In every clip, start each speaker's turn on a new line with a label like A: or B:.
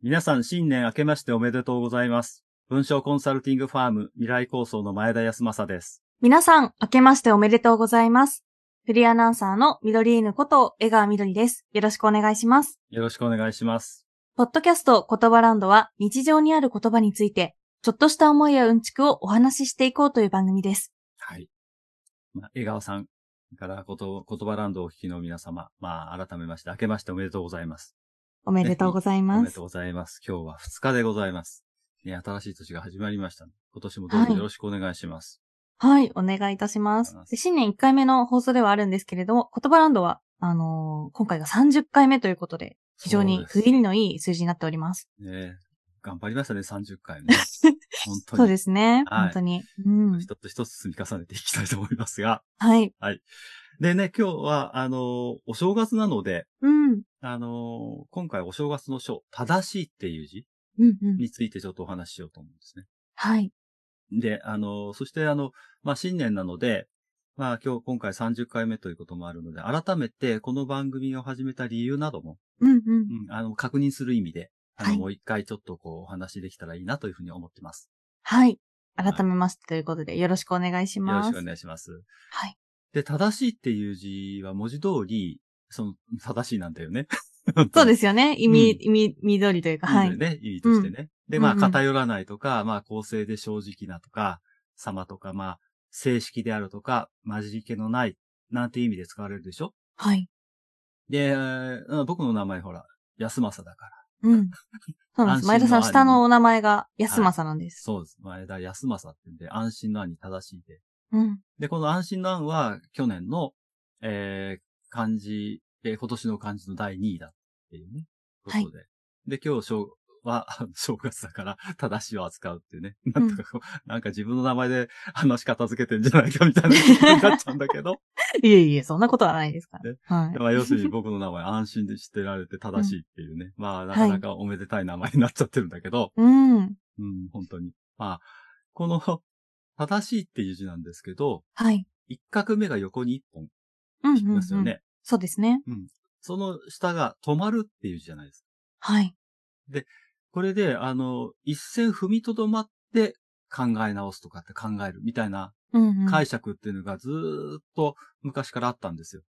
A: 皆さん新年明けましておめでとうございます。文章コンサルティングファーム未来構想の前田康政です。
B: 皆さん、明けましておめでとうございます。フリーアナウンサーの緑犬こと江川緑です。よろしくお願いします。
A: よろしくお願いします。
B: ポッドキャスト言葉ランドは日常にある言葉について、ちょっとした思いやうんちくをお話ししていこうという番組です。
A: はい。まあ、江川さんからこと、言葉ランドをお聞きの皆様、まあ、改めまして明けましておめでとうございます。
B: おめでとうござい
A: お
B: ま
A: めですとう。ございます。今日は2日でございます。ね、新しい年が始まりました、今年もどうぞよろしくお願いします。
B: はい、お願いいたします。で新年1回目の放送ではあるんですけれども、言葉ランドは、あのー今回が30回目ということで、非常に
A: そうで
B: 区
A: す
B: 切りのいい数字になっております。
A: ね頑張りましたね、30回 ね。本当に。
B: そうですね。
A: はい
B: 本当に。うん。
A: 一つ一つ積み重ねていきたいと思いますが。
B: はい。
A: でね、今日は、あのー、お正月なので、
B: うん。
A: あのー、今回お正月の書、正しいっていう字
B: うんうん。
A: についてちょっとお話ししようと思うんですね。
B: はい。
A: で、あのー、そしてあの、まあ、新年なので、まあ、今日、今回30回目ということもあるので、改めてこの番組を始めた理由なども、
B: うんうん。
A: うん、あの、確認する意味で、あの、
B: はい
A: もう一回ちょっとこう、お話できたらいいなというふうに思ってます。
B: はい。改めましてということで、よろしくお願いし
A: よろ
B: ます。
A: しくお願いします。
B: はい。
A: で、正しいっていう字は文字通り、その、正しいなんだよ ね。。
B: そうですすよね。意味、
A: うん
B: 意味、緑というか、は。
A: はいい。ね、意味としてね。で、まあ、
B: うんうん
A: 偏らないとか、まあ、公正で正直なとか、様とか、まあ、正式であるとか、混じり気のない、なんていう意味で使われるでしょ
B: はい。
A: で、えーうん僕の名前ほら、安政だから。
B: うん。そうな
A: 安心
B: んです。
A: の
B: 前田さん、
A: 兄
B: 下のお名前が安政なんです。
A: そうです。前田安政って言うんで、安心の案に正しいで。
B: うん。
A: で、この安心の案は、去年の、えー、漢字、えー今年の漢字の第2位だっていうね、ことで。で、今日、正、は、あの 正月だから、正しいを扱うっていうね。なんとかこう、なんか自分の名前で話片付けてんじゃないかみたいなことになっちゃうんだ けど。
B: いえいえ、そんなことはないですから
A: ね。
B: はい。
A: まあ、要するに僕の名前安心で知ってられて正しいっていうね。まあ、なかなかおめでたい名前になっちゃってるんだけど。
B: うん。
A: うん、本当に。まあ、この、正しいっていう字なんですけど、
B: はい。
A: 一画目が横に一本
B: うん、う
A: い
B: ん、う
A: ますよね。
B: ん。そうですね。
A: その下が止まるっていう字じゃないですか。
B: はい。
A: これで、あの、一線踏みとどまって考え直すとかって考えるみたいな
B: うん、うん。は
A: 解釈っていうのがずーっと昔からあったんですよ。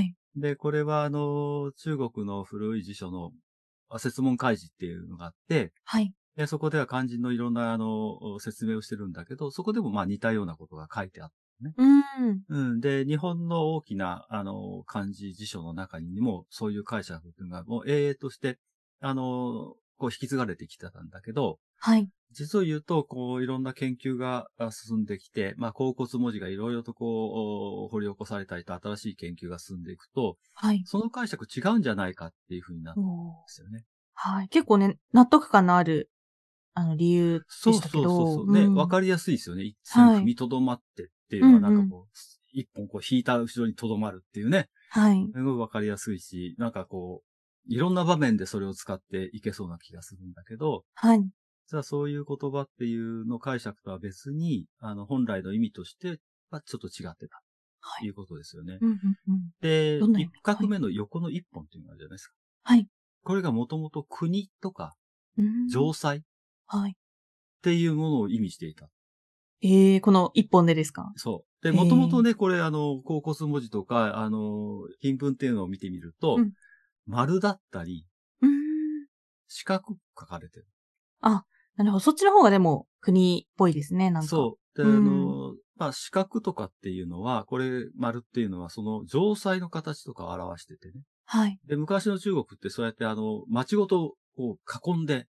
B: い。
A: で、これはあの、中国の古い辞書の説問開示っていうのがあって、
B: はい。
A: でそこでは漢字のいろんなあの、説明をしてるんだけど、そこでもまあ似たようなことが書いてあって。
B: うん。
A: うん。で、日本の大きな、あの、漢字辞書の中にも、そういう解釈っていうのが、もう永遠として、あの、こう引き継がれてきてたんだけど、
B: はい。
A: 実を言うと、こう、いろんな研究があ進んできて、まあ、甲骨文字がいろいろとこう、お掘り起こされたりと新しい研究が進んでいくと、
B: はい。
A: その解釈違うんじゃないかっていうふうになるんで
B: おー
A: すよね。
B: はい。結構ね、納得感のある、あの、理由
A: そ
B: で
A: う
B: し
A: そう
B: たけ
A: そう
B: ど。
A: そう。ね、
B: ん
A: わ、かりやすいですよね。一線踏みとどまってっていうのは、なんかこう、
B: うん
A: 一本こう引いた後ろにとどまるっていうね。
B: はい。
A: すごいわかりやすいし、なんかこう、いろんな場面でそれを使っていけそうな気がするんだけど、
B: はい。
A: 実はそういう言葉っていうの解釈とは別に、あの、本来の意味としてはちょっと違ってた。
B: はい
A: ということですよね。
B: うん、うん、うん。
A: で、
B: どんな意
A: 一
B: 味
A: 画目の横の一本っていうのがあるじゃないですか。
B: はい。
A: これがもともと国とか、
B: うん
A: 城塞っ
B: はい。
A: ていうものを意味していた。
B: ええこの一本でですか
A: そう。で、
B: へー
A: もともとね、これ、あの、甲骨文字とか、あの、金文っていうのを見てみると、
B: うん
A: 丸だったり、
B: うん。
A: 四角く書かれてる。
B: なるほど。そっちの方がでも国っぽいですね、なんか。
A: そう。で、あ
B: うん
A: の、まあ、四角とかっていうのは、これ、丸っていうのは、その、城塞の形とかを表しててね。
B: はい。
A: で、昔の中国ってそうやって、あの、町ごと、こう、囲んで、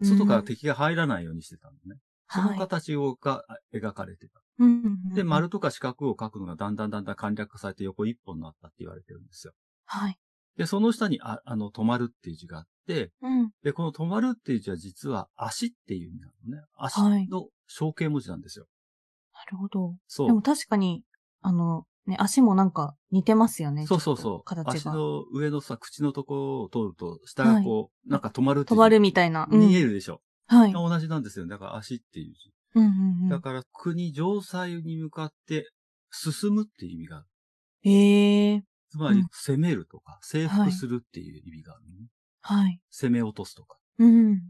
B: うん
A: 外から敵が入らないようにしてたのね。その
B: はい。
A: 形をが、描かれてた。
B: うんうんうん
A: で、。丸とか四角を描くのがだんだんだんだん簡略化されて横一本になったって言われてるんですよ。
B: はい。
A: で、その下に、ああの、止まるっていう字があって、
B: うん。
A: で、この止まるっていう字は実は足っていう意味なのね。足
B: はい
A: の象形文字なんですよ。
B: なるほど。
A: そう。
B: でも確かに、あの、ね、足もなんか似てますよね。
A: そうそう
B: ちょ
A: そ
B: っと
A: う。
B: 形
A: 足
B: が。
A: の上のさ、口のところを通ると、下がこう、なんか止まるってい
B: 止
A: う
B: まるみたいな。うん
A: 見えるでしょ。
B: はい。
A: 同じなんですよね。だから足っていう字。
B: うんうんう
A: だ
B: ん。
A: から国城塞に向かって進むっていう意味がある。
B: ええ
A: つまり
B: うん、
A: 攻めるとか、征服するっていう意味がある、ね
B: はい。
A: 攻め落とすとか。
B: うん。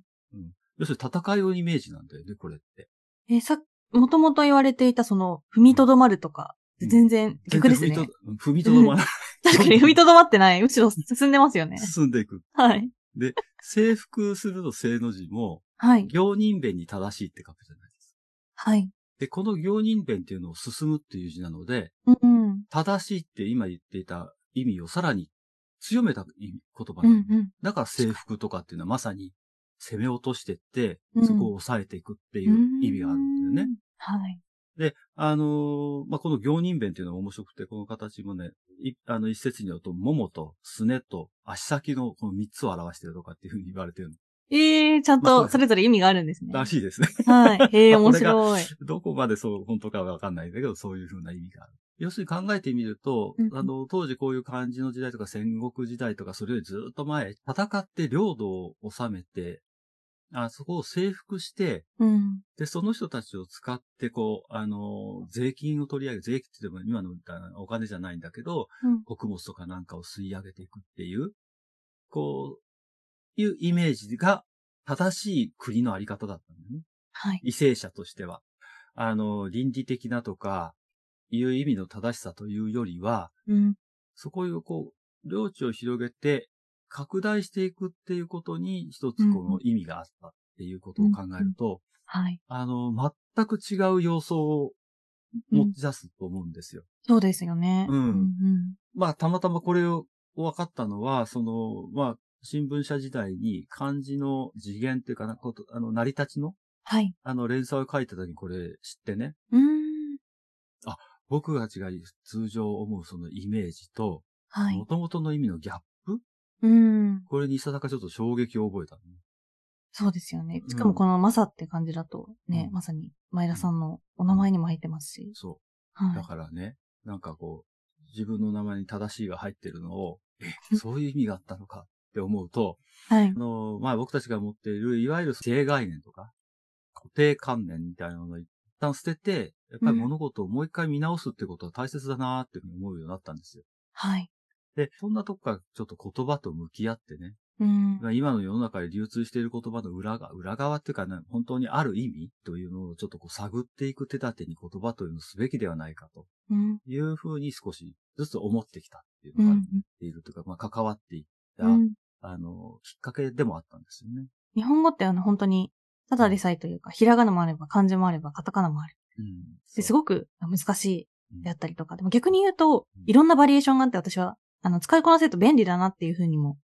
A: 要するに戦いのイメージなんだよね、これって。
B: え、さ、もともと言われていたその、踏みとどまるとか、
A: うん
B: 全然逆ですね
A: 全。然踏みとどまら
B: 確かに踏みとどまってない。むしろ進んでますよ
A: な
B: ね
A: い。。進んでいく。
B: はい。
A: 征服するの正の字も、
B: はい。
A: 行人弁に正しいって書くじゃないですか。
B: はい。
A: で、この行人弁っていうのを進むっていう字なので、
B: うん。うん
A: 正しいって今言っていた意味をさらに強めた言葉
B: う
A: なん
B: ん
A: だ。だから征服とかっていうのはまさに攻め落としてって
B: うん、
A: そこを抑えていくってい
B: うん。
A: う意味があるんだよね。。
B: はい。
A: で、あのーまあ、この行人弁っていうのが面白くて、この形もね、いあの一説によると、ももと、すねと、足先のこの三つを表してるとかっていうふうに言われてる
B: ええー、ちゃん
A: まあそう
B: と
A: です
B: それぞれ意味があるんですね。
A: らしいですね。
B: はい。へえ、
A: まあ
B: 面
A: これが
B: 白い。
A: どこまでそう、本当かはわかんないんだけど、そういうふうな意味がある。要するに考えてみると
B: うんう、ん
A: あの、当時こういう漢字の時代とか戦国時代とか、それよりずっと前、戦って領土を治めて、あそこを征服して、
B: うん。
A: で、その人たちを使って、こう、あの、税金を取り上げ、税金って言っても今のみたいなお金じゃないんだけど、
B: うん
A: 穀物とかなんかを吸い上げていくっていう、こう、いうイメージが正しい国のあり方だったんだよね。
B: はい。
A: 為政者としては。あの、倫理的なとか、いう意味の正しさというよりは、
B: うん。
A: そこをこう、領地を広げて、拡大していくっていうことに一つこの意味があったっていうことを考えると、
B: はい。
A: あの、全く違う様相を持ち出すと思うんですよ。
B: そうですよね。
A: うん
B: うん。
A: まあ、たまたまこれを分かったのは、その、まあ、新聞社時代に漢字の次元っていうかな、こと、あの、成り立ちの、
B: はい。
A: あの、連載を書いた時にこれ知ってね、
B: うん。
A: 僕たちが通常思うそのイメージと、
B: はい。
A: 元々の意味のギャップ
B: うん。
A: これにいささかちょっと衝撃を覚えたのね。
B: そうですよね
A: う。ん
B: しかもこのマサって感じだとね、
A: うん
B: まさに前田さんのお名前にも入ってますし。
A: そ
B: は
A: う。だ
B: い。
A: からね、なんかこう、自分の名前に正しいが入ってるのを、え、そういう意味があったのかって思うと、
B: はい
A: あ。の、まあ、僕たちが持っている、いわゆる性概念とか、固定観念みたいなものを一旦捨てて、やっぱり物事をもう一回見直すってことは大切だなーっていうふうに思うようになったんですよ。
B: はい。
A: で、そんなとこからちょっと言葉と向き合ってね、
B: うん。
A: まあ今の世の中で流通している言葉の裏が、裏側っていうかね、本当にある意味というのをちょっとこう探っていく手立てに言葉というのをすべきではないかと
B: うん。
A: いうふうに少しずつ思ってきたっていう
B: う
A: のがあっ
B: ん。
A: ているというか、まあ関わっていった、
B: うん
A: あの、きっかけでもあったんですよね。
B: 日本語ってあの本当に、ただでさえというか、ひらがなもあれば、漢字もあれば、カタカナもある。
A: うん。
B: です
A: ご
B: ごく難しい
A: うん
B: であったりとか。でも逆に言うと
A: うん、
B: いろんなバリエーションがあって私は、あの、使いこなせると便利だなっていうふうにも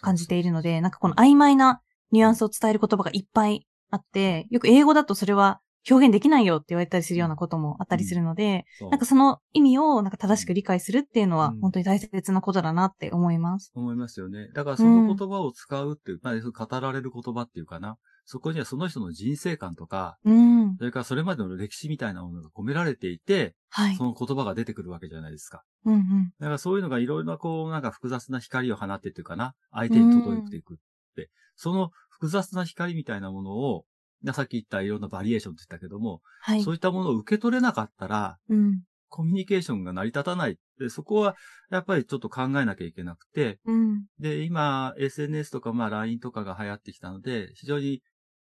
B: 感じているので、なんかこの曖昧なニュアンスを伝える言葉がいっぱいあって、よく英語だとそれは表現できないよって言われたりするようなこともあったりするので、
A: そう
B: なんかその意味をなんか正しく理解するっていうのは
A: うん
B: 本当に大切なことだなって思います。
A: 思いますよね。だからその言葉を使うっていう、まあ、語られる言葉っていうかな。そこにはその人の人生観とか、
B: うん。
A: それからそれまでの歴史みたいなものが込められていて、
B: はい
A: そ。の言葉が出てくるわけじゃないですか。
B: うんうん。
A: だからそういうのがいろいろなこう、なんか複雑な光を放ってっていうかな。相手に届いていくって。その複雑な光みたいなものを、なさっき言ったいろんなバリエーションって言ったけども、
B: はい
A: そ。ういったものを受け取れなかったら、
B: うん。
A: コミュニケーションが成り立たない。で、そこは、やっぱりちょっと考えなきゃいけなくて、
B: うん。
A: で、今、SNS とか、まあ、LINE とかが流行ってきたので、非常に、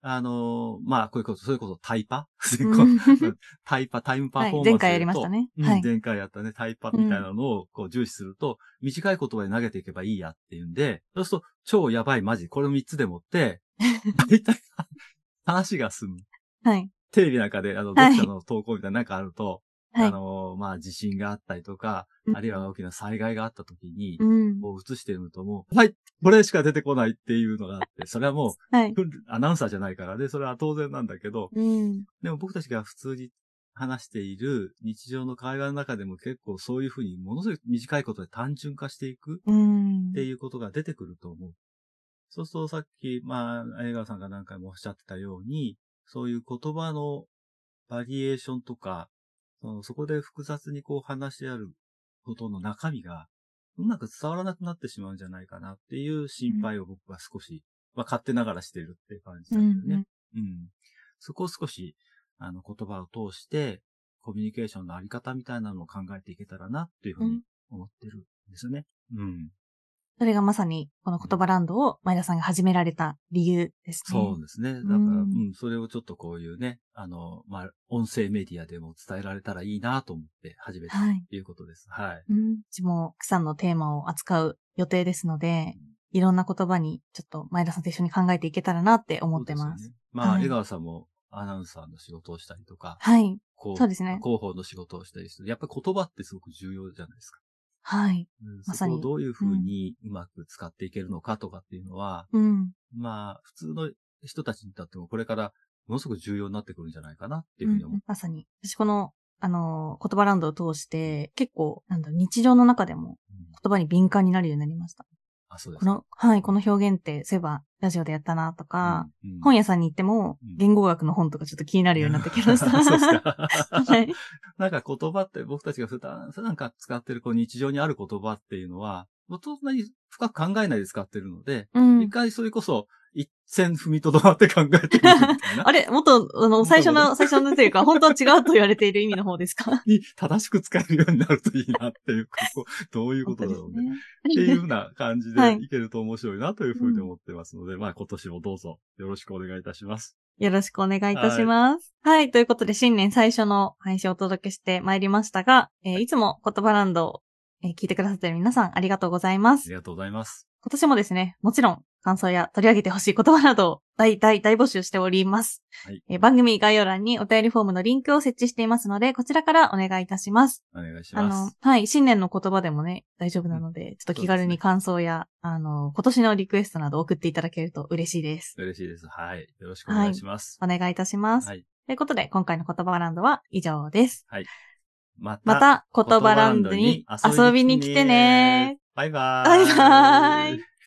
A: あのーまあ、こういうこと、そういうこと、タイパ タイパ、タイムパフォーマンスと、
B: はい前回やりましたね
A: うん
B: はい
A: 前回やったね、タイパみたいなのをこう重視すると、短い言葉で投げていけばいいやっていうんで、そうすると、超やばい、マジ、これ3つでも って、大体、話が済む。
B: はい。
A: テレビなんかで、あの、
B: はい
A: 読者の投稿みたいなのなんかあると、
B: は
A: あ
B: い。
A: のーまあ、地震があったりとか、あるいは大きな災害があった時に、
B: うん。
A: を映してるともう、はい、これしか出てこないっていうのがあって、それはも、。
B: はいう
A: アナウンサーじゃないからね、それは当然なんだけど、
B: うん。
A: でも僕たちが普通に話している日常の会話の中でも結構そういうふうにものすごい短いことで単純化していく
B: うん
A: って。いうことが出てくると思う。そうするとさっき、まあ、江川さんが何回もおっしゃってたように、そういう言葉のバリエーションとか、そのそこで複雑にこう話し合うことの中身が、うまく伝わらなくなってしまうんじゃないかなっていう心配を僕は少し、まあ、勝手ながらしてるっていう感じ
B: う
A: なんだよね。
B: ん。
A: うん。そこを少し、あの、言葉を通して、コミュニケーションのあり方みたいなのを考えていけたらな、というふうに思ってるんですよね。うん。
B: それがまさに、この言葉ランドを前田さんが始められた理由ですね。
A: そうですね。だから、う
B: うん
A: ん、それをちょっとこういうね、あの、まあ、音声メディアでも伝えられたらいいなと思って始めた
B: はい。
A: ということです。はい。
B: うん。うちも、奥さんのテーマを扱う予定ですので、いろんな言葉に、ちょっと前田さんと一緒に考えていけたらなって思って
A: そう
B: ます。
A: でよねまあ、
B: はい
A: 江川さんもアナウンサーの仕事をしたりとか、
B: はい。
A: こ
B: そうですね
A: 広報の仕事をしたりする。やっぱり言葉ってすごく重要じゃないですか。
B: はい。
A: うん
B: まさに
A: そこをどういうふうにうまく使っていけるのかとかっていうのは、
B: うん。
A: まあ、普通の人たちにとってもこれからものすごく重要になってくるんじゃないかなっていうふうに思う。
B: んまさに。私この、あのー、言葉ランドを通して、結構、なんだろう、日常の中でも
A: うん
B: 言葉に敏感になるようになりました。
A: あ、そうです
B: こ
A: ね。
B: の、はい、この表現って、そういえば、ラジオでやったなとか、
A: うん、うん
B: 本屋さんに行っても
A: うん、
B: 言語学の本とかちょっと気になるようになってきました。。
A: そうですか
B: はい。
A: なんか言葉って僕たちが普段、普段か使ってるこう日常にある言葉っていうのは、もうそんなに深く考えないで使ってるので、
B: う
A: 一
B: ん。
A: 回それこそ一線踏みとどまって考えてみるみ たいな
B: あ。れもっと、あの、最初
A: 本当
B: の、
A: だ
B: 最初のというか、本当は違うと言われている意味の方ですか
A: に正しく使えるようになるといいなっていう、こうどういうことだろうね。っていうような感じ
B: はい
A: でいけると面白いなというふうに思ってますので、まあ今年もどうぞよろしくお願いいたします。
B: よろしくお願いいたします。はい、ということで新年最初の配信をお届けしてまいりましたが、えーいつも言葉ランドを、えー聞いてくださっている皆さんありがとうございま
A: あ
B: す。
A: りがとうございます。
B: 今年もですね、もちろん感想や取り上げてほしい言葉などを大大大募集しております、
A: はい
B: えー番組概要欄にお便りフォームのリンクを設置していますので、こちらからお願いいたします。
A: お願いし
B: あ
A: ま
B: の
A: す。、
B: はい、新年の言葉でもね、大丈夫なので、ちょっと気軽に感想や、あの、今年のリクエストなど送っていただけると嬉しいです。
A: 嬉しいです。はい。よろしくお願いします。
B: お願いいたします。
A: はい。
B: ということで、今回の言葉ランドは以上です。
A: ま
B: ま
A: た
B: た、言葉ランドに遊びに来てね。
A: バイバ
B: バ
A: ーイ。
B: イバーイ。